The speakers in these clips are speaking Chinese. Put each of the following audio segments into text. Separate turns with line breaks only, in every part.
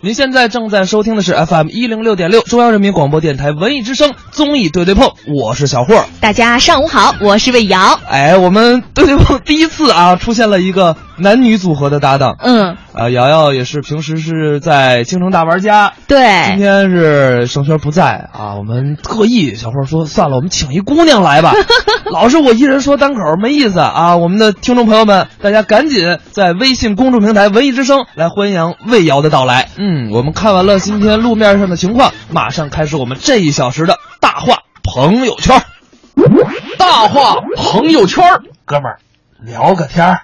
您现在正在收听的是 FM 一零六点六中央人民广播电台文艺之声综艺对对碰，我是小霍。
大家上午好，我是魏瑶。
哎，我们对对碰第一次啊，出现了一个男女组合的搭档。
嗯，
啊，瑶瑶也是平时是在京城大玩家，今
对，
天是盛轩不在啊，我们特意小霍说算了，我们请一姑娘来吧。老是我一人说单口没意思啊，我们的听众朋友们，大家赶紧在微信公众平台“文艺之声”来欢迎魏瑶的到来。嗯，我们看完了今天路面上的情况，马上开始我们这一小时的大话朋友圈。大话朋友圈，哥们儿，聊个天儿。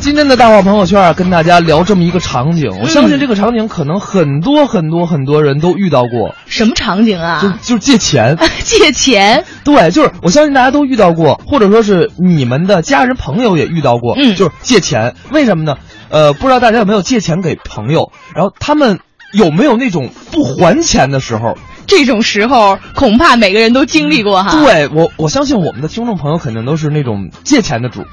今天的大话朋友圈啊，跟大家聊这么一个场景，我相信这个场景可能很多很多很多人都遇到过，
什么场景
就
啊？
就是借钱。
借钱，
对，就是我相信大家都遇到过，或者说是你们的家人朋友也遇到过，
嗯
就是借钱。为什么呢？呃，不知道大家有没有借钱给朋友，然后他们有没有那种不还钱的时候？
这种时候恐怕每个人都经历过哈。，
对我，我相信我们的听众朋友肯定都是那种借钱的主，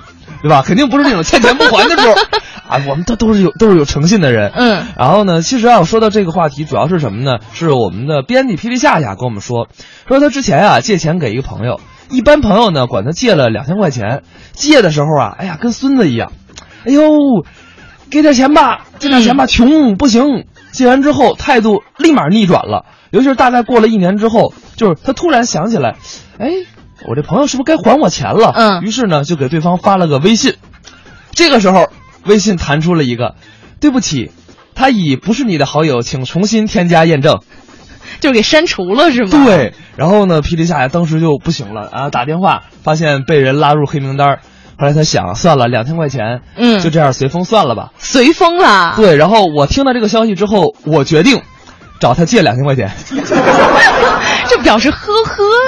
对吧？肯定不是那种欠钱不还的主 啊，我们都都是有都是有诚信的人。
嗯，
然后呢，其实啊，我说到这个话题，主要是什么呢？是我们的编辑霹雳夏夏跟我们说，说他之前啊借钱给一个朋友，一般朋友呢管他借了两千块钱，借的时候啊，哎呀，跟孙子一样，哎呦，给点钱吧，借点钱吧，穷不行。借完之后态度立马逆转了，尤其是大概过了一年之后，就是他突然想起来，哎，我这朋友是不是该还我钱了？
嗯
于是呢就给对方发了个微信，这个时候，微信弹出了一个：“对不起，他已不是你的好友，请重新添加验证。
就是给删除了是”吗？，
对，然后呢，霹雳下来当时就不行了啊，打电话发现被人拉入黑名单儿。后来他想，算了，两千块钱，
嗯
就这样随风算了吧。
随风了。
对，然后我听到这个消息之后，我决定找他借两千块钱。
这表示呵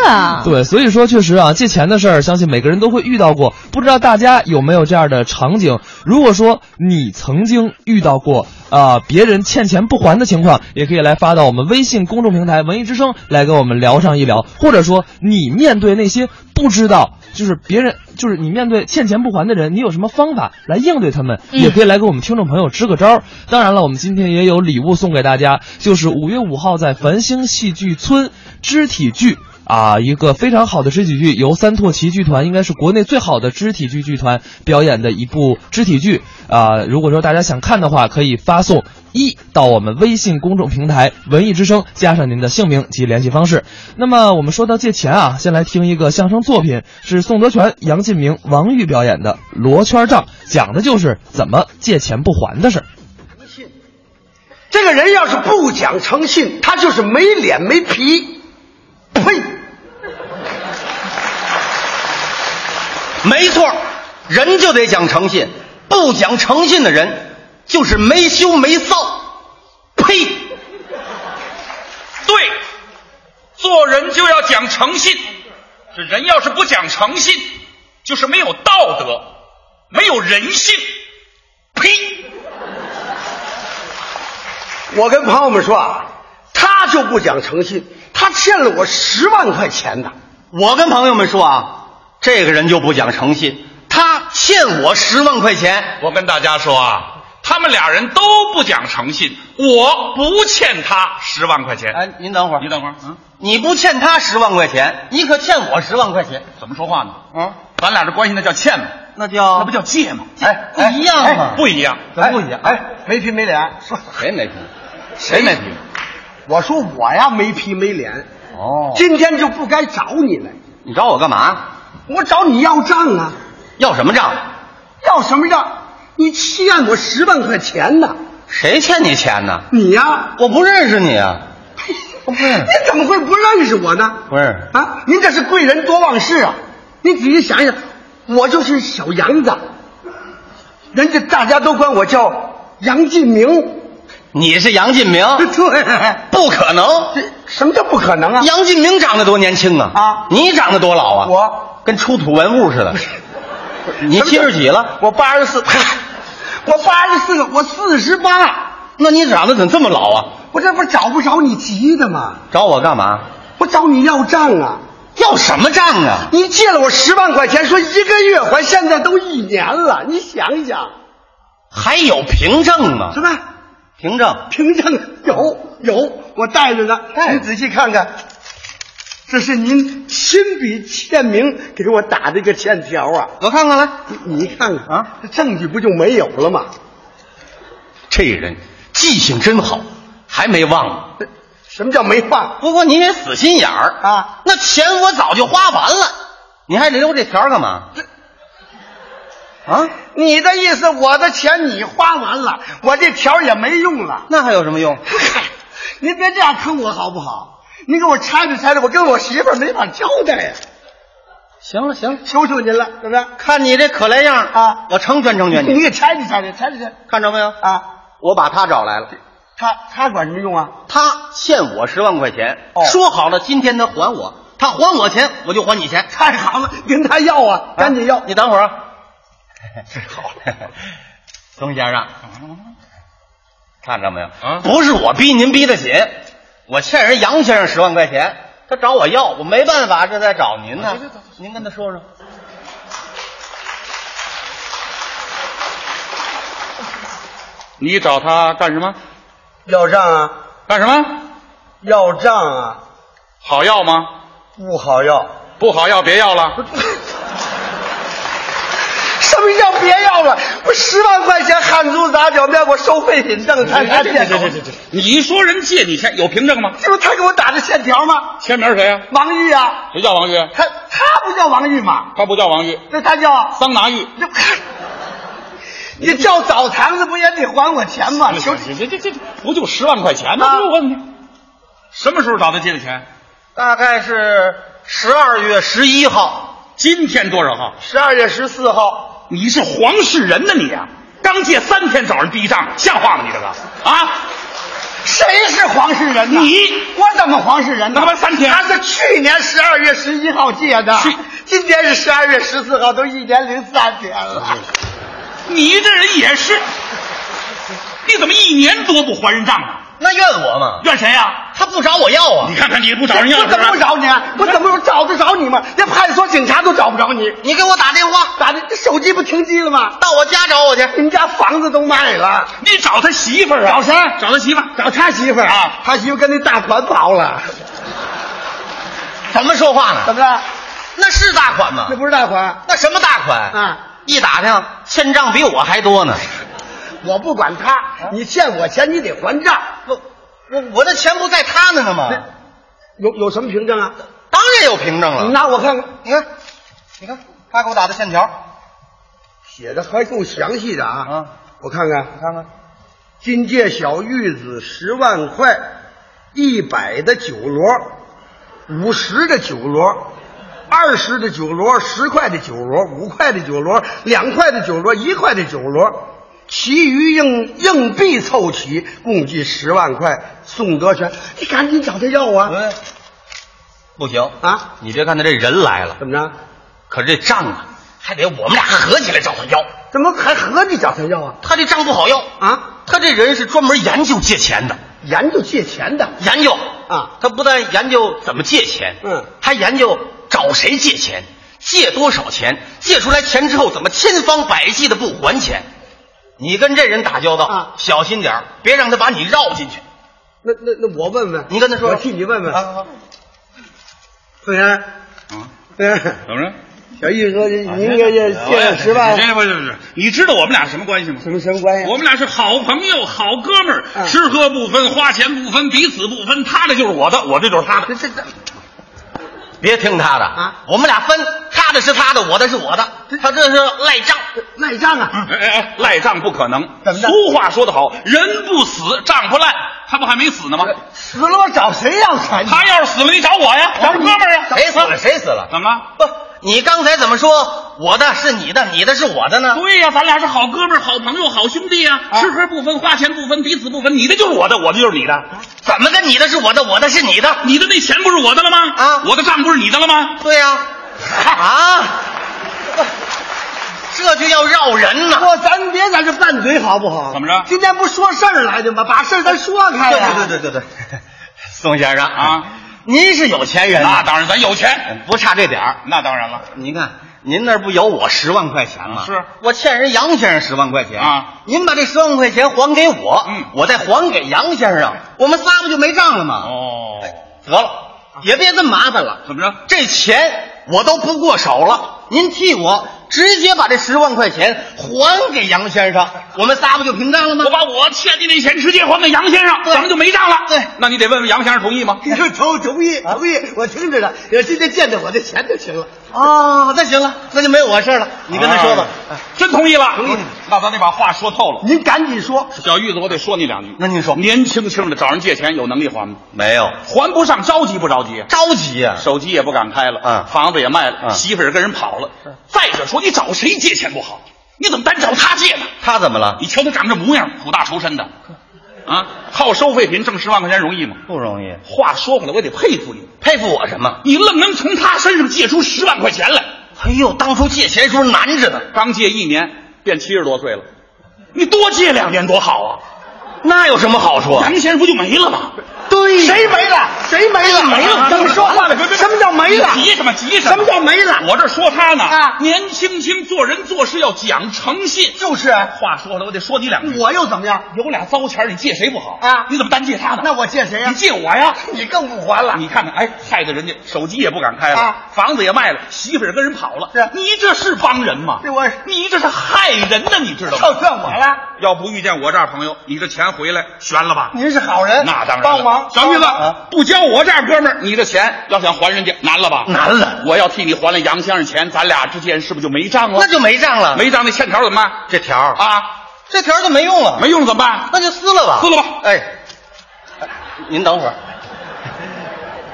呵啊。
对，所以说确实啊，借钱的事儿，相信每个人都会遇到过。不知道大家有没有这样的场景？如果说你曾经遇到过啊、别人欠钱不还的情况，也可以来发到我们微信公众平台“文艺之声”来跟我们聊上一聊。或者说，你面对那些不知道，就是别人，就是你面对欠钱不还的人，你有什么方法来应对他们？
嗯
也可以来给我们听众朋友支个招儿。当然了，我们今天也有礼物送给大家，就是五月五号在繁星戏剧村肢体剧。啊，一个非常好的肢体剧，由三拓奇剧团应该是国内最好的肢体剧剧团表演的一部肢体剧啊。如果说大家想看的话，可以发送一到我们微信公众平台“文艺之声”，加上您的姓名及联系方式。那么我们说到借钱啊，先来听一个相声作品，是宋德全、杨进明、王玉表演的《罗圈账》，讲的就是怎么借钱不还的事儿。
这个人要是不讲诚信，他就是没脸没皮。呸！
没错，人就得讲诚信，不讲诚信的人就是没羞没臊。呸！
对，做人就要讲诚信。这人要是不讲诚信，就是没有道德，没有人性。呸！
我跟朋友们说啊，他就不讲诚信，他欠了我十万块钱呢。
我跟朋友们说啊，这个人就不讲诚信，他欠我十万块钱。
我跟大家说啊，他们俩人都不讲诚信，我不欠他十万块钱。
哎，您等会儿，
你等会儿，嗯，
你不欠他十万块钱，你可欠我十万块钱。
怎么说话呢？
嗯，
咱俩这关系那叫欠吗？
那叫
那不叫借吗？
哎不一样嘛，
不一样。
怎么不一样？哎，
没皮没脸，说
谁没皮？谁没皮？
我说我呀没皮没脸，
哦
今天就不该找你来，
你找我干嘛？
我找你要账啊，
要什么账？
要什么账？你欠我十万块钱呢，
谁欠你钱呢？
你呀，哎
我不认识你啊！不
你
是
怎么会不认识我呢？
不是，
啊，您这是贵人多忘事啊！您仔细想一想，我就是小杨子，人家大家都管我叫杨进明。
你是杨进明？
对，
不可能！
这什么叫不可能啊？
杨进明长得多年轻啊！
啊
你长得多老啊？
我
跟出土文物似 的。你七十几了？
我八十四， 我八十四，我四十八，
那你长得怎么这么老啊？
我这不找不着你急的吗？
找我干嘛？
我找你要账啊！
要什么账啊？
你借了我十万块钱，说一个月还，现在都一年了，你想一想，
还有凭证吗
是？吧？
凭证
凭证有有，我带着呢。您仔细看看，这是您亲笔签名给我打的一个欠条啊！
我看看来。
你你看看啊，这证据不就没有了吗？
这人记性真好，还没忘呢。
这什么叫没换？
不过你也死心眼儿
啊，
那钱我早就花完了，你还留这条儿干嘛？啊，
你的意思，我的钱你花完了，我这条也没用了。
那还有什么 用？
嗨， 您别这样坑我好不好？您给我拆着拆着，我跟我媳妇儿没法交代呀、
行了行了，
求求您了，怎么样？
看你这可来样儿
啊
我成全成全
你
你，
给拆着拆着，拆着拆着
看着没有？
啊！
我把他找来了，
他他管什么用啊？
他欠我十万块钱，
哦
说好了今天他还我，他还我钱我就还你钱，
太好了，跟他要啊，赶紧要。
你等会儿 啊， 好，宋先生，看着没有？
啊
不是我逼您逼得紧，我欠人杨先生十万块钱，他找我要，我没办法，这在找您
啊
呢。您跟他说说，
你找他干什么？
要账啊，
干什么？
要账啊，
好要吗？
不好要。
不好要别 要了。
什么叫别要了？我十万块钱汗珠砸脚面，我收废品证，他他借走，
你一说人借你钱，有凭证吗？
这不他给我打的欠条吗？
签名谁呀、
王玉啊，
谁叫王玉？
他他不叫王玉吗？
他不叫王玉，
那他叫
桑拿玉。
这， 你叫澡堂子不也得还我钱吗？求
哎这这这这不就十万块钱吗？
啊
这我问你，什么时候找他借的钱？
大概是十二月十一号，
今天多少号？
十二月十四号，
你是黄世仁呐你啊！刚借三天找人逼账，像话吗你这个啊？
谁是黄世仁呢？
你
我怎么黄世仁呢？
那他妈三天
他是去年十二月十一号借的
去，
今天是十二月十四号，都一年零三天了。
你这人也是，你怎么一年多不还人账啊？
那怨我吗？
怨谁呀、
他不找我要啊
你！看看你不找人要
我
是
怎
不
么不
是？
找你？我怎么找得着你吗？连派出所警察都找不着你，
你给我打电话，
咋的？这手机不停机了吗？
到我家找我去。
你们家房子都卖了，
你找他媳妇儿啊？
找谁
找他媳妇儿。
找他媳妇儿
啊
他媳妇跟那大款跑了，
怎么说话呢？
怎么了？
那是大款吗
那？不是大款，
那什么大款？
啊，
一打听欠账比我还多呢。
我不管他，你欠我钱你得还账。
我我我的钱不在他那儿呢吗？
有有什么凭证啊？
当然有凭证
你
了。
拿我看哎看，
你看，你看，他给我打的欠条，
写的还够详细的啊。
啊，
我看看，
看看，
今借小玉子十万块，一百的酒螺，五十的酒螺，二十的酒螺，十块的酒螺，五块的酒螺，两块的酒螺，一块的酒螺。其余硬硬币凑齐，共计十万块，宋德全，你赶紧找他要啊！
嗯，不行，
啊，
你别看他这人来了，
怎么着？
可是这账啊，还得我们俩合起来找他要。
怎么还合计找他要啊？
他这账不好要，
啊，
他这人是专门研究借钱的，
研究借钱的，
研究
啊
他不但研究怎么借钱，
嗯
还研究找谁借钱，借多少钱，借出来钱之后怎么千方百计的不还钱。你跟这人打交道，
啊
小心点儿别让他把你绕进去。
那那那我问问，
你跟他说，
我替你问问。
啊好好
宋先生，
啊，
嗯，
怎么着？
小玉说您给这借我十万，
这不是不是，你知道我们俩什么关系吗？
什么什么关系？啊
我们俩是好朋友、好哥们儿，
嗯
吃喝不分，花钱不分，彼此不分。他的就是我的，我这就是他的。
这这这
别听他的
啊
我们俩分，他的是他的，我的是我的，他这是赖账。
赖账啊！
哎哎哎，赖账不可能。
怎么的
俗话说得好，人不死，账不烂。他不还没死呢吗？
死了我找谁要钱去？
他要是死了，你找我呀，找哥们儿
哎
啊。
谁死了
啊
谁死了？
怎么了？
不，你刚才怎么说我的是你的，你的是我的呢？
对呀、咱俩是好哥们儿、好朋友、好兄弟呀、
啊
吃喝不分，花钱不分，彼此不分。你的就是我的，我的就是你的。
怎么个你的是我的，我的是你的？
你的那钱不是我的了吗？
啊
我的账不是你的了吗？
对呀、啊，这就要绕人呐。
我咱别在这拌嘴好不好？
怎么着
今天不说事儿来的吗？把事儿咱说开呀。
对对对对，宋先生
啊，
您是有钱人呐，
那当然，咱有钱，
不差这点儿。
那当然了。
您看，您那儿不有我十万块钱吗？
是
我欠人杨先生十万块钱
啊！
您把这十万块钱还给我，
嗯
我再还给杨先生，我们仨不就没账了吗？
哦，
得了，也别这么麻烦了。
怎么着？
这钱我都不过手了，您替我直接把这十万块钱还给杨先生，我们仨不就平账了吗
我？把我欠你那钱直接还给杨先生，
对
咱们就没账了。
对
那你得问问杨先生同意吗？
同同意同意，我听着呢，要今天见着我这钱就行了。
啊，那行了，那就没我事了。你跟他说吧。哎
啊，真同意了。
同意
那咱得把话说透了。
您赶紧说，
小玉子，我得说你两句。
那您说
年轻轻的找人借钱，有能力还吗？
没有？
还不上，着急不着急？
着急呀、
手机也不敢开了，
嗯
房子也卖了，
嗯
媳妇儿也跟人跑了。再者说，你找谁借钱不好？你怎么单找他借呢？
他怎么了？
你瞧他长这模样，苦大仇深的，啊，靠收废品挣十万块钱容易吗？
不容易，
话说回来，我得佩服你，
佩服我什么？
你愣能从他身上借出十万块钱来。
哎呦，当初借钱时候难着呢，
刚借一年，变七十多岁了，你多借两年多好啊！
那有什么好处啊
杨先生不就没了吗？
对
谁没了？啊
谁没了？
没了
怎么说话了？
别别别
什么叫没了？
急什么急什么？
什么叫没了？
我这说他呢，
啊
年轻轻做人做事要讲诚信。
就是啊
话说回来，我得说你两句。
我又怎么样？
有俩糟钱儿，你借谁不好
啊
你怎么单借他呢？
那我借谁呀
你？借我呀？
你更不还了。
你看看，哎，害得人家手机也不敢开了，
啊
房子也卖了，媳妇儿也跟人跑了。
是啊
你这是帮人吗？
对我
你这是害人呢，你知道
就
吗？
怨我了。
要不遇见我这样朋友，你这钱回来悬了吧？
您是好人，
那当然了，
帮忙。
小玉子
帮
啊
忙，
不交我这样哥们儿，你这钱要想还人家难了吧？
难了
我要替你还了杨先生钱，咱俩之间是不是就没账了？啊
那就没账了。
没账，那欠条怎么办？
这条啊，
啊，
这条就没用了。
没用怎么办？
那就撕了吧，
撕了吧
哎，您等会儿，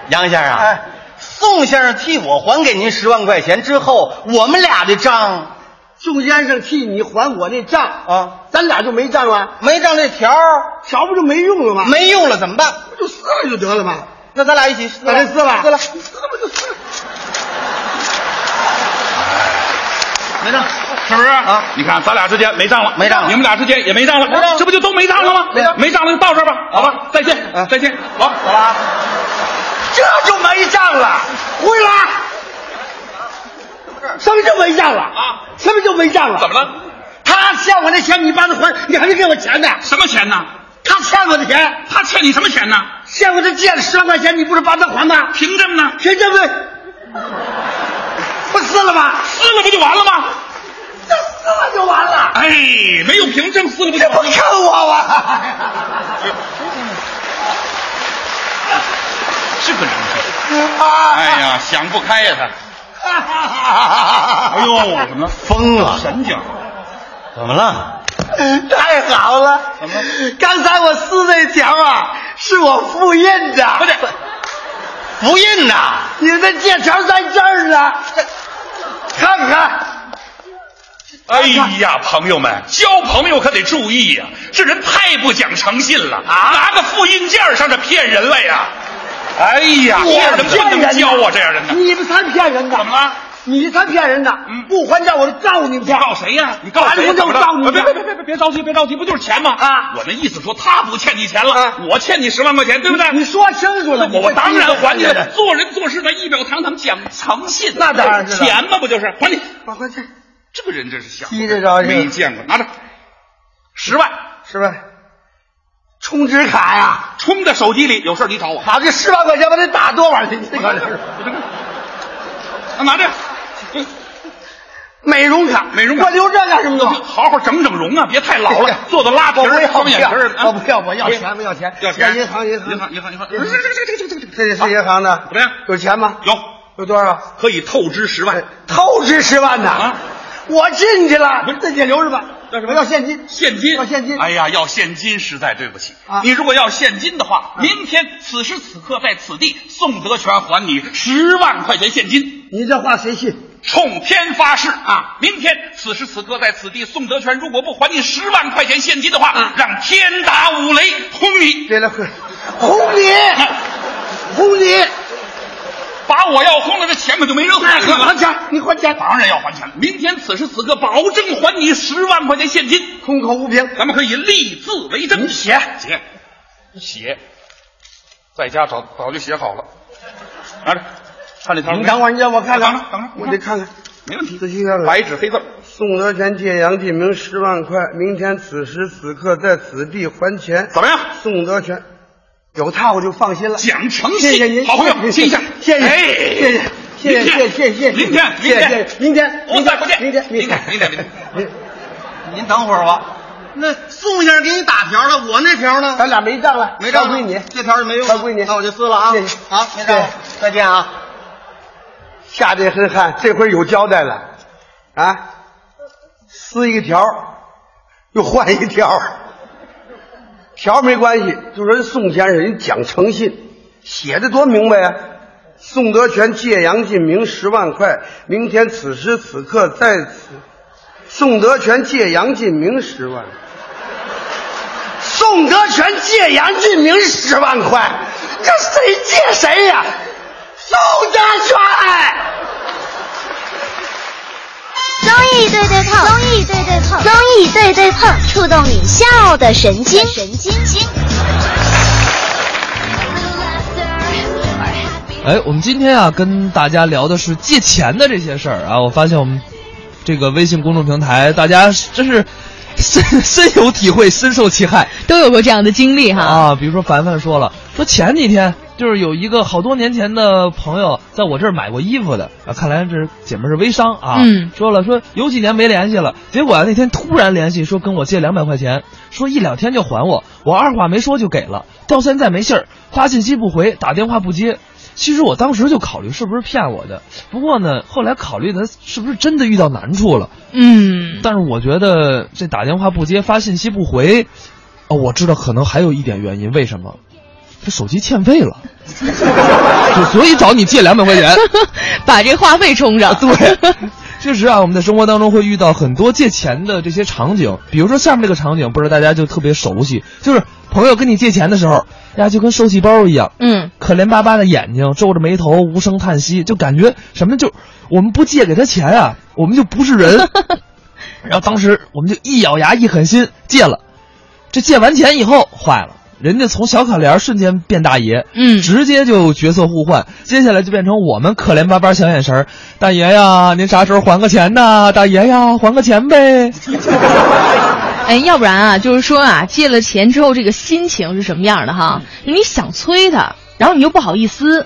杨先生啊，
哎
宋先生替我还给您十万块钱之后，我们俩的账
宋先生替你还我那账，
啊，
咱俩就没账了，
没账这条儿
条不就没用了吗？
没用了，怎么办？
不就撕了就得了吗？
那咱俩一起撕
把
了，
这撕了，
撕了，
撕了不就撕了？
没账。
是不是
啊
你看咱俩之间没账了，
没账了
你们俩之间也没账了，
没账了
这不就都没账了吗？
没账
没账了，就到这儿吧。好吧，再见
啊，
再见，走。
走了啊，这就没账了，
回来！什么叫没账了？
啊，
什么叫没账了？
怎么了？
他欠我那钱，你帮他还，你还没给我钱呢。
什么钱呢？
他欠我的钱，
他欠你什么钱呢？
欠我的借了十万块钱，你不是帮他还吗？
凭证呢？
凭证呗，不撕了吗？
撕了不就完了吗？
这撕了就完了，
哎，没有凭证撕了不就
这
完
不
了吗？
坑我吗？
这个人，
啊
哎呀，想不开呀他。哎呦，怎么了？
疯了，
神经？
怎么了？
太好了！
怎么了
刚才我撕那条啊，是我复印的。
不是，
复印呐，
你的借条在这儿呢，看看，
哎呀，朋友们，交朋友可得注意呀、这人太不讲诚信了啊！拿个复印件儿上这骗人来呀！哎呀，这样怎么就
骗
能
人
交啊？这样人呢？
你们才骗人的！
怎么了？
你才骗人的！
嗯
不还账我就告你们去！
你告谁呀、你告
还
谁？
不就告你
啊
们？
别别别别别别着急，别着急，不就是钱吗？
啊
我那意思说他不欠你钱了，
啊
我欠你十万块钱，对不对？
你说清楚了，
我我当然还你了。
了。
做人做事，咱仪表堂堂，讲诚信。
那当然是了
钱嘛，不就是还你？
我还去，
这个人真是想
急着着急
没见过，拿着十万
是吧？充值卡呀，
充在手机里，有事儿你找我。
好，这十万块钱我得打多晚去？ 你这个人
啊拿着，
美容卡，
美容卡
我留这干什么用？
好好整整容啊，别太老
哎
了
呀，
做做拉皮
我不
儿、
要
双眼皮儿的。啊
我不要
哎
我要钱我要钱
要钱！
要银行银行嗯
银行银行银行。
银行
这这这这这这这
这是银行的，
怎么样
有钱吗？
有
有多少？
可以透支十万，
透支十万呐！
啊
我进去了
不是，
自己留着吧。
要什么
我要现金，
现金，
要现金。
哎呀，要现金实在对不起
啊
你如果要现金的话，明天此时此刻在此地，宋德全还你十万块钱现金，
你这话谁信？
冲天发誓啊！明天此时此刻在此地，宋德全如果不还你十万块钱现金的话，
啊
让天打五雷轰你！
别来 回，轰你，轰你！
把我要轰了，这钱可就没人还你
还
了。
钱，你还钱！
当然要还钱了，明天此时此刻保证还你十万块钱现金，
空口无凭。
咱们可以立字为证。
你写
写，写，在家早早就写好了，拿着，看这条。
你等会儿，你让我看看
等着等着
我得看看。
没问题。
仔细看看
白纸黑字儿，
宋德全借杨继明十万块，明天此时此刻在此地还钱。
怎么样？
宋德全有他我就放心了。
讲诚信，
谢谢您，
好朋友，亲一下，
谢谢，
哎
谢谢。谢
明天
谢谢谢谢谢，
哎明天，
谢谢明天，
我再不见，
明天，
明天，明天，明天，
明
您等会儿吧。那宋先生给你打条了，我那条呢？
咱俩没账了，
没账
全归你，
这条就没用了，
全归你，
那我就撕了啊。
谢谢
好，没账了
谢谢，
再见啊。
下这身汗，这回有交代了，啊，撕一条，又换一条，条没关系，就人宋先生人讲诚信，写的多明白啊。宋德全借杨进明十万块，明天此时此刻在此，宋德全借杨进明十万，宋德全借杨进明十万块，这谁借谁呀、宋德全。
综艺对对碰，综艺对对碰，综艺对对碰，触动你笑的神经，神经经。
哎，我们今天啊，跟大家聊的是借钱的这些事儿啊。我发现我们这个微信公众平台，大家真是深 深有体会，深受其害
都有过这样的经历哈。
啊。比如说，凡凡说了，说前几天就是有一个好多年前的朋友在我这儿买过衣服的啊，看来这姐们儿是微商啊。
嗯
说了说有几年没联系了，结果啊那天突然联系，说跟我借两百块钱，说一两天就还我，我二话没说就给了，到现在没信儿，发信息不回，打电话不接。其实我当时就考虑是不是骗我的，不过呢，后来考虑他是不是真的遇到难处了。
嗯，
但是我觉得这打电话不接、发信息不回，哦，我知道可能还有一点原因，为什么？他手机欠费了，就所以找你借两百块钱。
把这话费充上。
对，确实啊，我们在生活当中会遇到很多借钱的这些场景，比如说下面这个场景，不知道大家就特别熟悉，就是朋友跟你借钱的时候，呀，就跟收细包一样，
嗯，
可怜巴巴的眼睛，皱着眉头，无声叹息，就感觉什么就我们不借给他钱啊，我们就不是 人。然后当时我们就一咬牙一狠心借了，这借完钱以后坏了，人家从小可怜瞬间变大爷，
嗯
直接就角色互换，接下来就变成我们可怜巴巴小眼神儿，大爷呀，您啥时候还个钱呐？大爷呀，还个钱呗。
哎，要不然啊，就是说啊，借了钱之后这个心情是什么样的哈？
嗯
你想催他，然后你又不好意思。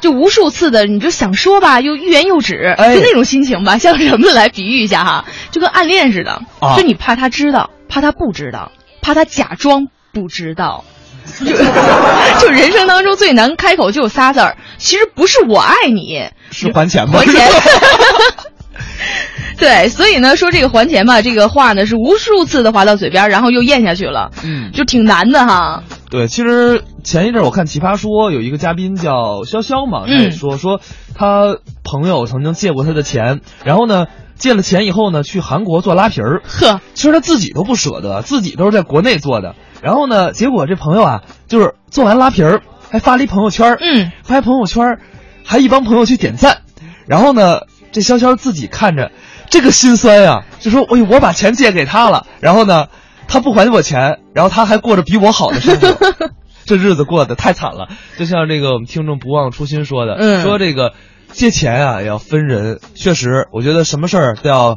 就无数次的，你就想说吧，又欲言又止，
哎
就那种心情吧，像什么来比喻一下哈，就跟暗恋似的，
啊
就你怕他知道，怕他不知道，怕他假装不知道，就 就人生当中最难开口就有仨字儿，其实不是我爱你，
是还钱吗？
还钱。对，所以呢，说这个还钱吧，这个话呢是无数次的滑到嘴边，然后又咽下去了，
嗯
就挺难的哈。
对，其实前一阵儿我看《奇葩说》有一个嘉宾叫潇潇嘛，他也
嗯
说、说他朋友曾经借过他的钱，然后呢借了钱以后呢去韩国做拉皮儿，
呵，
其实他自己都不舍得，自己都是在国内做的。然后呢，结果这朋友啊，就是做完拉皮儿还发了一朋友圈儿，
嗯，
发朋友圈儿还一帮朋友去点赞。然后呢，这潇潇自己看着这个心酸呀、就说：“哎呦，我把钱借给他了，然后呢，他不还我钱，然后他还过着比我好的生 活，这日子过得太惨了。”就像这个我们听众不忘初心说的，
嗯
说这个借钱啊也要分人，确实，我觉得什么事儿都要。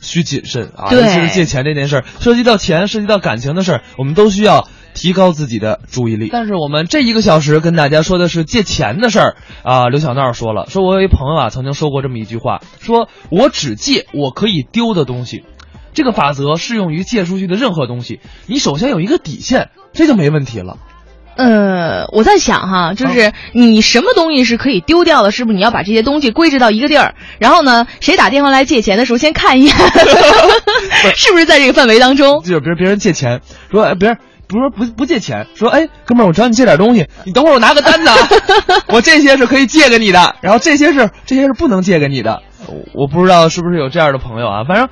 需谨慎啊，尤
对
其是借钱这件事儿，涉及到钱、涉及到感情的事儿，我们都需要提高自己的注意力。但是我们这一个小时跟大家说的是借钱的事儿啊。刘小闹说了，说我有一朋友啊，曾经说过这么一句话，说我只借我可以丢的东西。这个法则适用于借出去的任何东西，你首先有一个底线，这就没问题了。
呃，我在想哈，就是你什么东西是可以丢掉的，是不是？你要把这些东西归置到一个地儿，然后呢，谁打电话来借钱的时候，先看一眼，是不是在这个范围当中？
就是别人别人借钱，说哎别人不是不不借钱，说哎哥们儿我找你借点东西，你等会儿我拿个 单子，啊，我这些是可以借给你的，然后这些是这些是不能借给你的。我我不知道是不是有这样的朋友啊，反正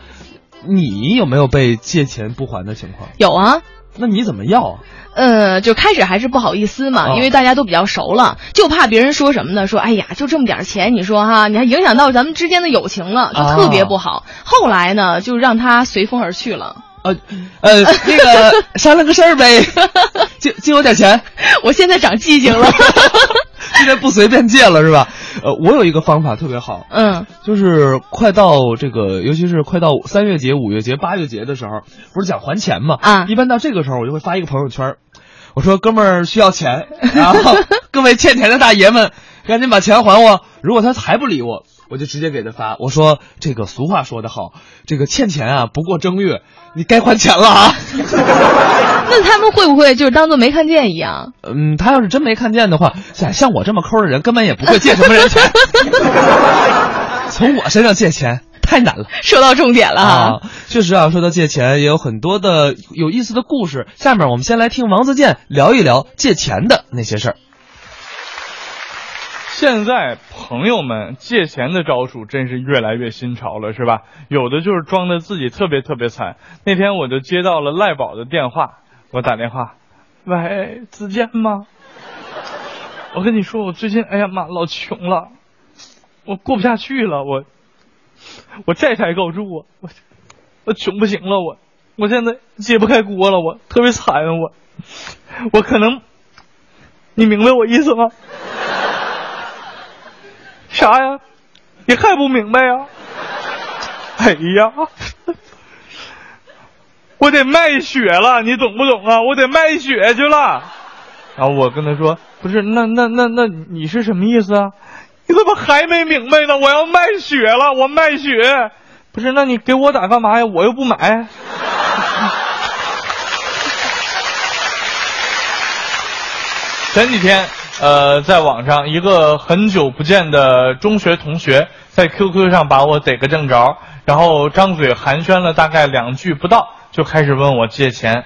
你有没有被借钱不还的情况？
有啊，
那你怎么要啊？
呃，就开始还是不好意思嘛，
哦
因为大家都比较熟了，就怕别人说什么呢？说哎呀，就这么点儿钱，你说哈，你还影响到咱们之间的友情了，就特别不好。后来呢，就让他随风而去了。
呃呃，那个 商量个事儿呗，借借我点钱，
我现在长记性了，
今天不随便借了是吧？呃，我有一个方法特别好，
嗯，
就是快到这个，尤其是快到三月节、五月节、八月节的时候，不是讲还钱嘛？
啊
一般到这个时候，我就会发一个朋友圈儿，我说哥们儿需要钱，然后各位欠钱的大爷们，赶紧把钱还我。如果他还不理我，我就直接给他发，我说这个俗话说得好，这个欠钱啊不过正月，你该还钱了啊。
那他们会不会就是当做没看见一样？
嗯，他要是真没看见的话，像像我这么抠的人，根本也不会借什么人钱。从我身上借钱太难了
说到重点了哈。，
确实啊，说到借钱，也有很多的有意思的故事。下面我们先来听王自健聊一聊借钱的那些事儿。
现在朋友们借钱的招数真是越来越新潮了，是吧？有的就是装的自己特别特别惨。那天我就接到了赖宝的电话，我打电话，喂，自健吗？我跟你说，我最近哎呀妈，老穷了，我过不下去了，我我债台高筑啊，我我穷不行了，我我现在揭不开锅了，我特别惨，我我可能，你明白我意思吗？啥呀？你还不明白呀？哎呀，我得卖血了，你懂不懂啊？我得卖血去了。然后我跟他说，不是，那那那那你是什么意思啊？你怎么还没明白呢？我要卖血了，我卖血。不是，那你给我打干嘛呀？我又不买。前几天，呃，在网上一个很久不见的中学同学在 QQ 上把我逮个正着，然后张嘴寒暄了大概两句不到，就开始问我借钱。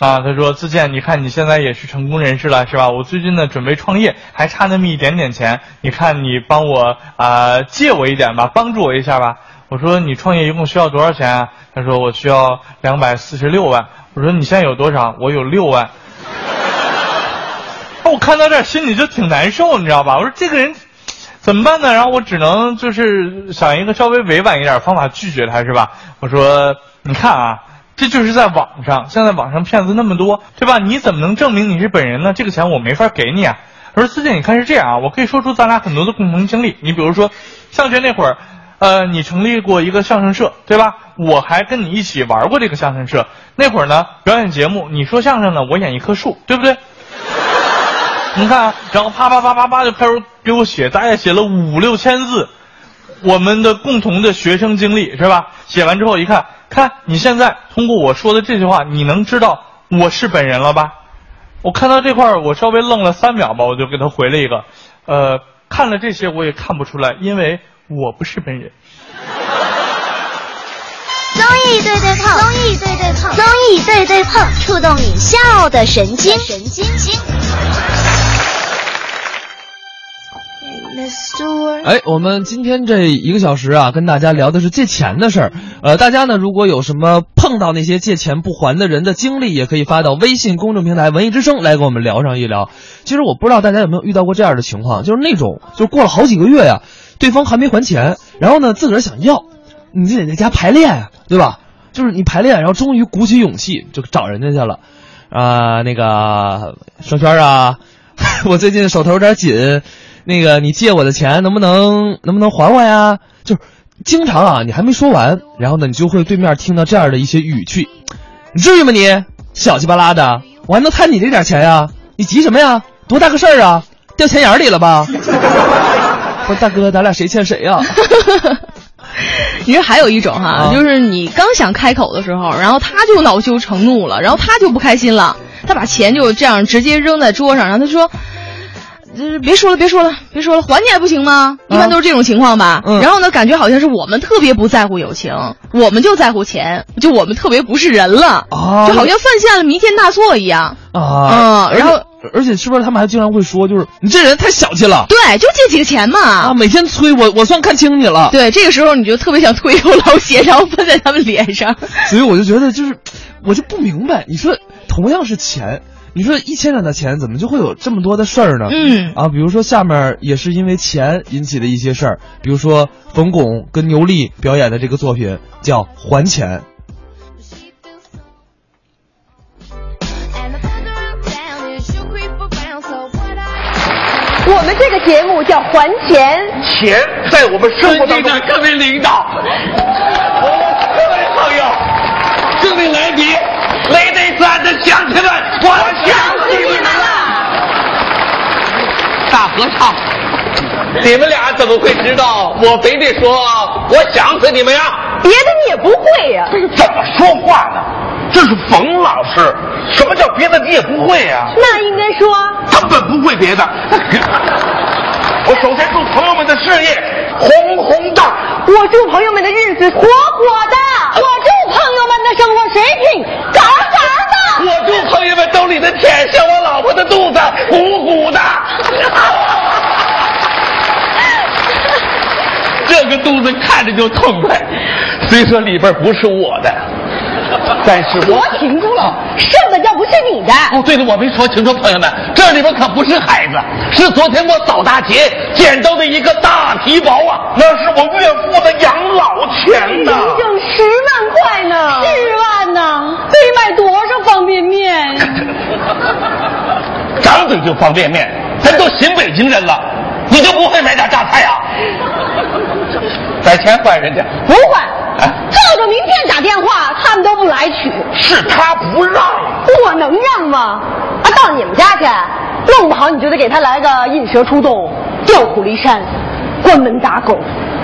啊，他说自健，你看你现在也是成功人士了，是吧？我最近呢准备创业，还差那么一点点钱，你看你帮我啊、借我一点吧，帮助我一下吧。我说你创业一共需要多少钱啊？他说我需要两百四十六万。我说你现在有多少？我有六万。哦我看到这儿心里就挺难受，你知道吧？我说这个人怎么办呢？然后我只能就是想一个稍微委婉一点的方法拒绝他，是吧？我说你看啊，这就是在网上，现在网上骗子那么多，对吧？你怎么能证明你是本人呢？这个钱我没法给你啊。我说思健，你看是这样啊，我可以说出咱俩很多的共同经历。你比如说，上学那会儿，呃，你成立过一个相声社，对吧？我还跟你一起玩过这个相声社。那会儿呢，表演节目，你说相声呢，我演一棵树，对不对？ 你看，然后啪啪啪啪啪就开始给我写，大概写了五六千字，我们的共同的学生经历是吧？写完之后一看，看你现在通过我说的这句话，你能知道我是本人了吧？我看到这块儿，我稍微愣了三秒吧，我就给他回了一个，呃，看了这些我也看不出来，因为我不是本人。
综艺对对碰，综艺对对碰，综艺对对碰，触动你笑的神经，神经经。
哎，我们今天这一个小时啊，跟大家聊的是借钱的事儿。呃，大家呢如果有什么碰到那些借钱不还的人的经历，也可以发到微信公众平台“文艺之声”来跟我们聊上一聊。其实我不知道大家有没有遇到过这样的情况，就是那种就是过了好几个月呀、对方还没还钱，然后呢自个儿想要，你就得在家排练啊，对吧？就是你排练，然后终于鼓起勇气就找人家去了。啊、那个双圈啊， 我最近手头有点紧，那个你借我的钱能不能能不能还我呀？就是经常啊，你还没说完，然后呢，你就会对面听到这样的一些语气，你至于吗你？小气巴拉的，我还能贪你这点钱呀？你急什么呀？多大个事儿啊？掉钱眼儿里了吧？ 不是大哥，咱俩谁欠谁 呀、
你说还有一种哈、
啊
就是你刚想开口的时候，然后他就恼羞成怒了，然后他就不开心了，他把钱就这样直接扔在桌上，然后他说。就是别说了，别说了，别说了，还你还不行吗？一般都是这种情况
啊
吧。
嗯
然后呢，感觉好像是我们特别不在乎友情，我们就在乎钱，就我们特别不是人了，
啊
就好像犯下了弥天大错一样。
啊！
嗯然后
而且而且是不是他们还经常会说，就是你这人太小气了
对，就借几个钱嘛。
啊！每天催我，我算看清你了。
对，这个时候你就特别想推我老血，然后喷在他们脸上。
所以我就觉得，就是我就不明白，你说同样是钱，你说一千两的钱，怎么就会有这么多的事儿呢？
嗯，
啊，比如说下面也是因为钱引起的一些事儿，比如说冯巩跟牛莉表演的这个作品叫《还钱》。
我们这个节目叫还钱，
钱在我们生活当中。各位领导，各位朋友，各位来宾，ladies and gentlemen，我想死你们了！大合唱，你们俩怎么会知道我非得说我想死你们呀？
别的你也不会呀、
怎么说话呢？这是冯老师，什么叫别的你也不会呀、
那应该说
根本不会别的。
哎
我首先祝朋友们的事业红红大，
我祝朋友们的日子火火的，我祝朋友们的生活水平高高的。
我祝朋友们兜里的钱像我老婆的肚子鼓鼓 的。这个肚子看着就痛快，虽说里边不是我的，但是我
我停住了，剩的要不是你的，
哦，对了，我没说清楚，朋友们，这里边可不是孩子，是昨天我扫大街捡到的一个大皮包啊，那是我岳父的养老钱
整
呐、
整十万块呢，啊十万呢，得买多少方便面？
张嘴就方便面，咱都新北京人了，你就不会买点榨菜啊？把钱还人家，
不会
哎，
照着明天打电话，他们都不来取，
是他不让。
我能让吗？啊，到你们家去，弄不好你就得给他来个引蛇出洞、调虎离山、关门打狗、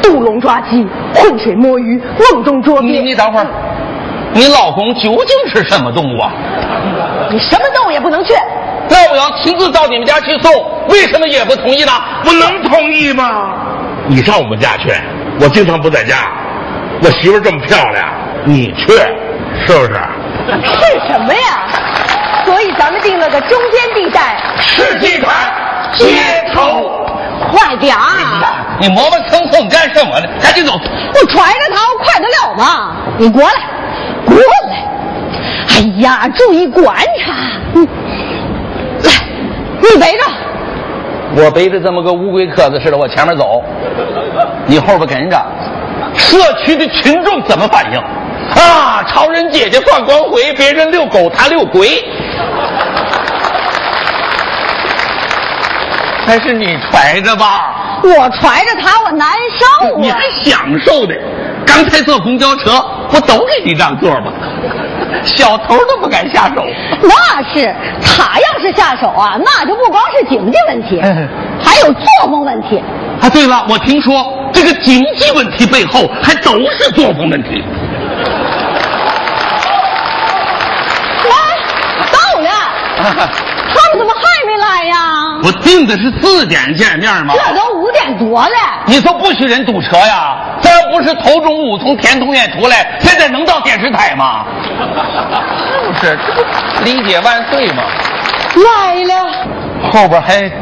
渡龙抓鸡、浑水摸鱼、瓮中捉
你
鳖。
你等会儿，你老公究竟是什么动物啊？
你什么洞也不能去，
那我要亲自到你们家去送，为什么也不同意呢？我能同意吗？你上我们家去，我经常不在家，我媳妇这么漂亮，你去是不是？
是什么呀？所以咱们定了个中间地带，
是地毯，街头。
快点儿、啊
你磨磨蹭蹭干什么呢？赶紧走！
我揣着它，我快得了吗？你过来，过来！哎呀，注意观察。嗯来，你背着。
我背着这么个乌龟壳子似的往前面走，你后边跟着，
社区的群众怎么反应？啊，超人姐姐放光回，别人遛狗，她遛鬼。 还是你揣着吧。
我揣着它，我难受
你
啊
还！享受呢？刚才坐公交车，我都给你让座吧，小头都不敢下手。
那是，他要是下手啊，那就不光是经济问题，还有作风问题。
啊，对了，我听说这个经济问题背后还都是作风问题。
来，到了，他们怎么还没来呀？
啊我定的是四点见面吗？
啊
这都五点多了。
你说不许人堵车呀？咱要不是头中午从田同演出来，现在能到电视台吗？ 是不是？这不理解万岁吗？
来了，
后边还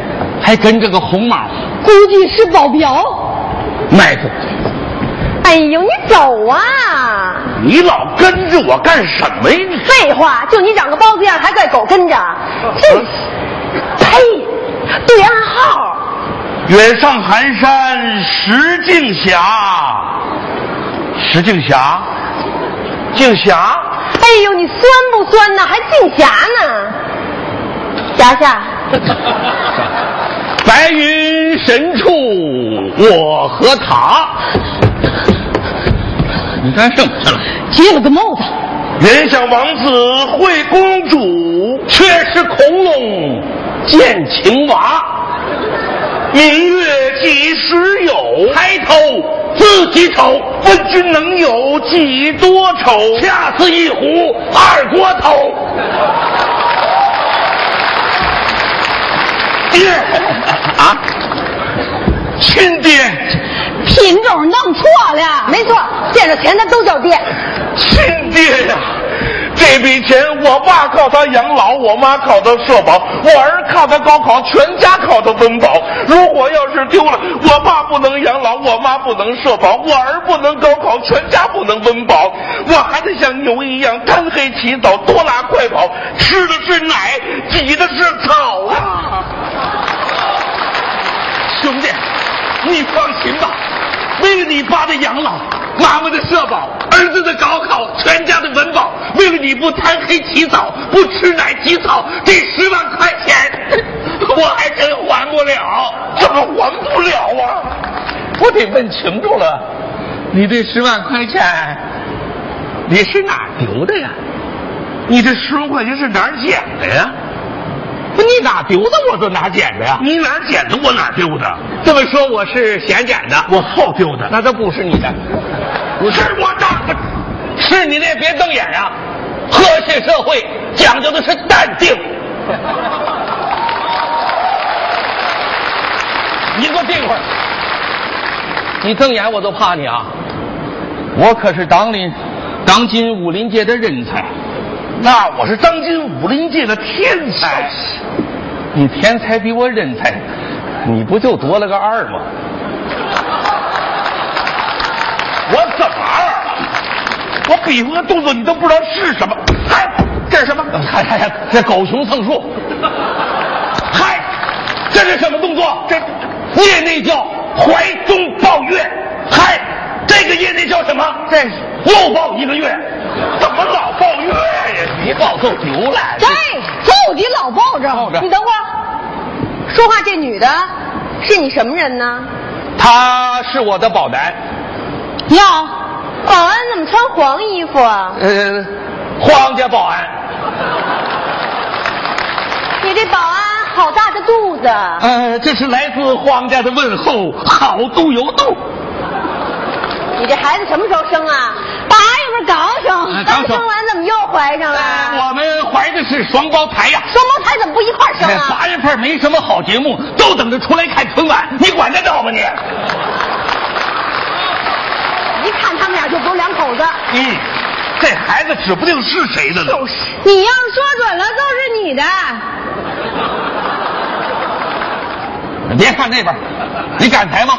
还跟着个红马
估计是保镖。
麦子。
哎呦，你走啊！
你老跟着我干什么呀？你
废话，就你长个包子样，还怪狗跟着，真是，呸，对暗号。
远上寒山石径斜，石径斜，径斜，
哎呦，你酸不酸呢？还进夹呢？夹下，
白云深处我和他。你干什么去了？
接了个帽子。
人像王子会公主，却是恐龙见青蛙。明月几时有？抬头自己瞅，问君能有几多愁？恰似一壶二锅头。爹啊，亲爹，
品种弄错了，没错，借着钱他都叫爹。
亲爹呀、这笔钱我爸靠他养老，我妈靠他社保，我儿靠他高考，全家靠他温饱。如果要是丢了，我爸不能养老，我妈不能社保，我儿不能高考，全家不能温饱。我还得像牛一样贪黑起早，多拉快跑，吃的是奶，挤的是草啊！兄弟，你放心吧，为了你爸的养老，妈妈的社保，儿子的高考，全家的温饱，为了你不贪黑起早，不吃奶起草，这十万块钱我还真还不
不了。
怎么还不了啊？我得问清楚了，你这十万块钱，你是哪儿丢的呀？你这十万块钱是哪儿捡的呀？不，你哪儿丢的我就哪儿捡的呀。
你哪儿捡的，我哪儿丢的？
这么说我是先捡的，我后丢的，那都不是你的，不是我的，是你那别瞪眼啊！和谐社会讲究的是淡定。你给我闭一会儿！你瞪眼我都怕你啊！我可是当林，当今武林界的人才，那我是当今武林界的天才。你天才比我人才，你不就多了个二吗？我怎么二了？我比划的动作你都不知道是什么。嗨，这是什么？嗨嗨嗨，这狗熊蹭树。 嗨，这是什么动作？这业内叫怀中抱月。嗨，这个业内叫什么？这是又抱一个月。怎么老抱月呀？你抱够丢了。
对，揍你老哎抱着。
抱着
你等会儿，说话这女的是你什么人呢？
他是我的保男。
哟，保安怎么穿黄衣服啊？
呃，皇家保安。
你这保安好大的肚子，
呃，这是来自皇家的问候，好度有度。
你这孩子什么时候生啊？爸，一会儿刚
哎刚
生，刚
生
生完怎么又怀上了？
我们怀的是双胞胎呀、
双胞胎怎么不一块儿生
哎
啊啊
八？月份没什么好节目，都等着出来看春晚，你管得着吗你？
一看他们俩就不是两口子。
嗯，这孩子指不定是谁的呢。
你要是说准了，就是你的。
别看那边，你敢抬吗？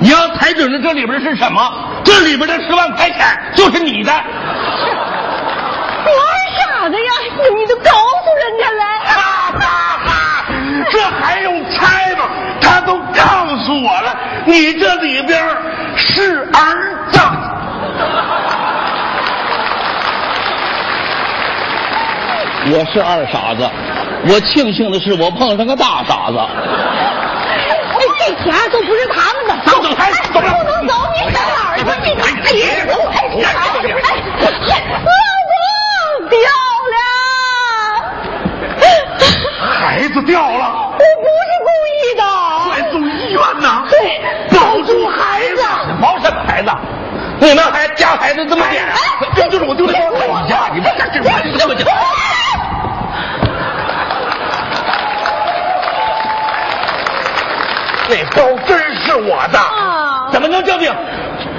你要抬准了这里边是什么？这里边的十万块钱就是你的。
我傻的呀，你你都告诉人家了。
哈哈哈！这还用猜吗？他都告诉我了，你这里边是儿子。我是二傻子，我庆幸的是我碰上个大傻子。
哎，这钱都不是他们的，
走走开走开
不能走，你上哪儿去？你哎，哎，哎，老公，漂亮！
孩子掉了，
我不是故意的，
快送医院呐！
对
保住孩子，保什么孩子？你们还家孩子这么点？啊这就是我丢的包。哎呀，你们这这这这么讲。那包真是我的，
啊
怎么能证明？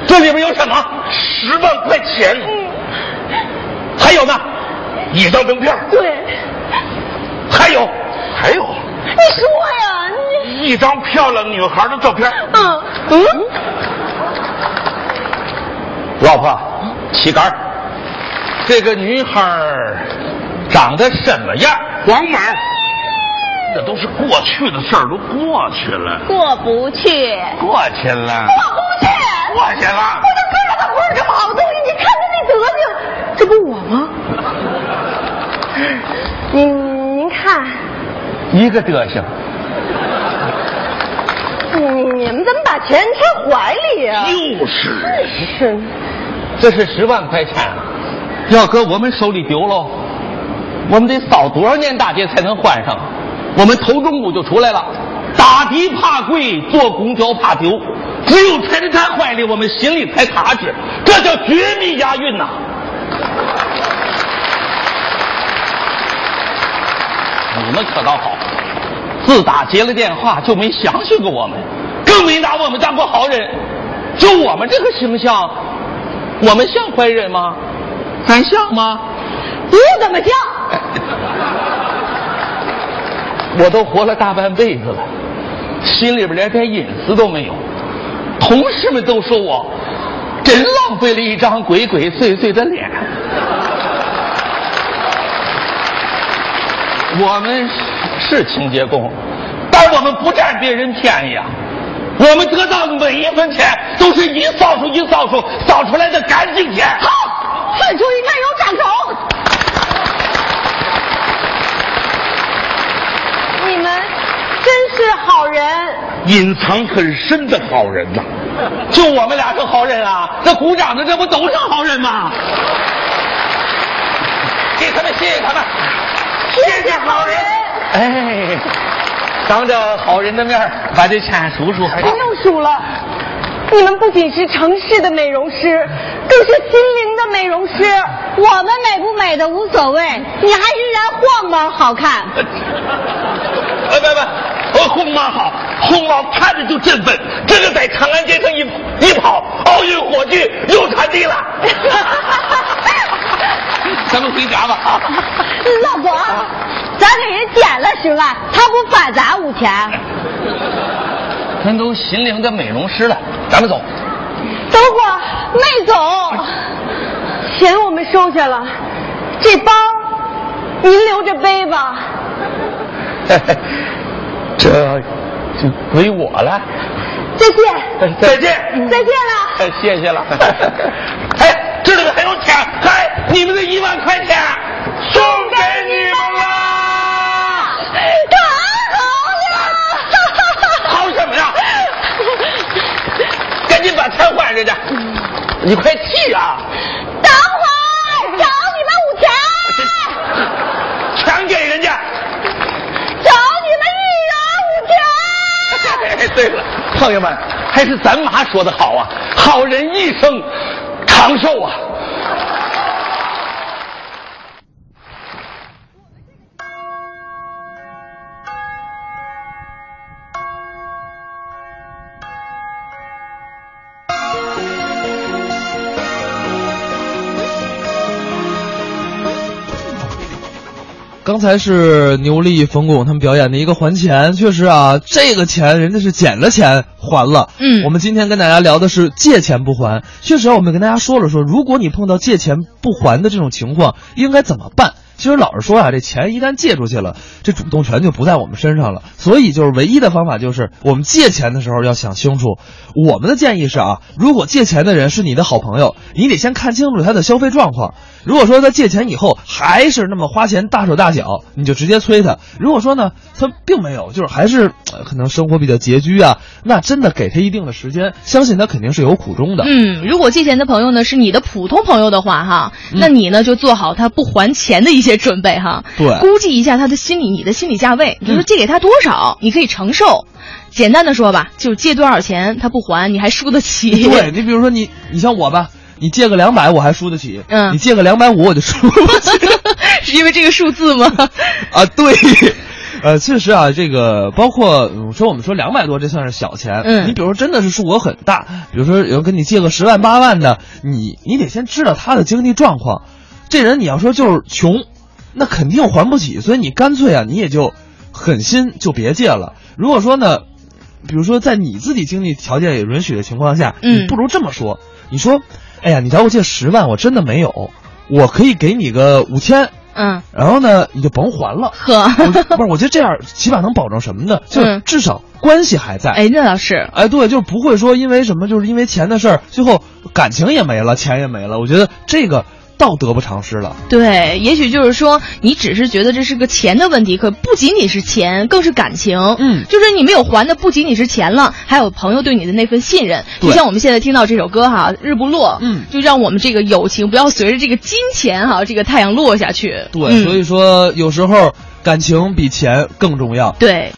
这里边有什么？十万块钱，嗯还有呢，一张名片，
对，
还有，还有
你说呀，你
一张漂亮女孩的照片。
嗯嗯，
老婆，旗杆儿，这个女孩儿长得什么样？黄毛。那都是过去的事儿，都过去了，
过不去，
过去了，
过不去。
过去了
我。都知道他不是什么好东西，你看他那德行，这不我吗？您您看，
一个德行，
你你们怎么把钱揣怀里呀、
就是
真是，
这是十万块钱，啊要搁我们手里丢喽，我们得扫多少年大街才能换上？我们头中午就出来了，打的怕贵，坐公交怕丢，只有揣在他怀里，我们心里才踏实，这叫绝密押韵呐、你们可倒好，自打接了电话就没详细过我们，更没拿我们当过好人。就我们这个形象，我们像坏人吗？咱像吗？
不怎么像。
我都活了大半辈子了，心里边连点隐私都没有。同事们都说我真浪费了一张鬼鬼祟祟的脸。我们是清洁工，但我们不占别人便宜啊。我们得到的每一分钱都是一扫帚一扫帚扫出来的干净钱。
好，此处应该有掌声。你们真是好人人。
隐藏很深的好人呐、
就我们俩是好人啊，那鼓掌的这不都是好人吗？谢谢他们，谢谢他们，谢谢好人。哎，当着好人的面儿把这钱数数。
不用数了，你们不仅是城市的美容师，更是心灵的美容师。我们美不美的无所谓，你还是人晃猫好看。
哎，别别，呃，红妈好，红妈看着就振奋，这个在长安街上一一跑，奥运火炬又传递了。
咱们回家吧啊！
老婆，咱给人减了十万，他不返咱五千，
咱都心灵的美容师了，咱们走。
等会儿没走，钱我们收下了，这包您留着背吧。
这就归我了，哎
再见，
再见。
再见了。
哎，谢谢了。 哎，这里面还有钱，哎，你们的一万块钱送给你们啦！
太好了！
好什么呀？赶紧把钱还人家，你快去啊！
等会儿找你们五千，
全给人家。
找你们一人五千。
哎，对了，朋友们，还是咱妈说的好啊，好人一生长寿啊。
刚才是牛莉、冯巩他们表演的一个还钱，确实啊，这个钱人家是捡了钱还了。
嗯
我们今天跟大家聊的是借钱不还，确实啊我们跟大家说了说，如果你碰到借钱不还的这种情况，应该怎么办？其实老实说啊，这钱一旦借出去了，这主动权就不在我们身上了。所以就是唯一的方法就是，我们借钱的时候要想清楚。我们的建议是啊，如果借钱的人是你的好朋友，你得先看清楚他的消费状况。如果说他借钱以后还是那么花钱大手大脚，你就直接催他；如果说呢，他并没有，就是还是呃可能生活比较拮据啊，那真的给他一定的时间，相信他肯定是有苦衷的。
嗯，如果借钱的朋友呢是你的普通朋友的话，哈，
嗯
那你呢就做好他不还钱的一些准备，哈。
对嗯
估计一下他的心理，你的心理价位，比如说借给他多少，你可以承受。简单的说吧，就是借多少钱他不还，你还输得起。
对你比如说你，你像我吧，你借个两百我还输得起，
嗯
你借个两百五我就输不起。
是因为这个数字吗？
啊，对。呃，确实啊，这个包括嗯说我们说两百多，这算是小钱。
嗯
你比如说真的是数额很大，比如说有人跟你借个十万八万的，你你得先知道他的经济状况。这人你要说就是穷，那肯定还不起，所以你干脆啊，你也就狠心就别借了。如果说呢，比如说在你自己经济条件也允许的情况下，
嗯
你不如这么说，你说，哎呀，你找我借十万，我真的没有，我可以给你个五千。
嗯，
然后呢，你就甭还了。
呵，
我就不是，我觉得这样起码能保证什么 呢？就是
嗯
至少关系还在。
哎，那倒是，
哎，对，就是不会说因为什么，就是因为钱的事儿，最后感情也没了，钱也没了。我觉得这个倒得不偿失了。
对，也许就是说，你只是觉得这是个钱的问题，可不仅仅是钱，更是感情。
嗯
就是你没有还的，不仅仅是钱了，还有朋友对你的那份信任。
对
就像我们现在听到这首歌哈，《日不落》，
嗯
就让我们这个友情不要随着这个金钱哈，这个太阳落下去。
对，
嗯
所以说有时候感情比钱更重要。
对。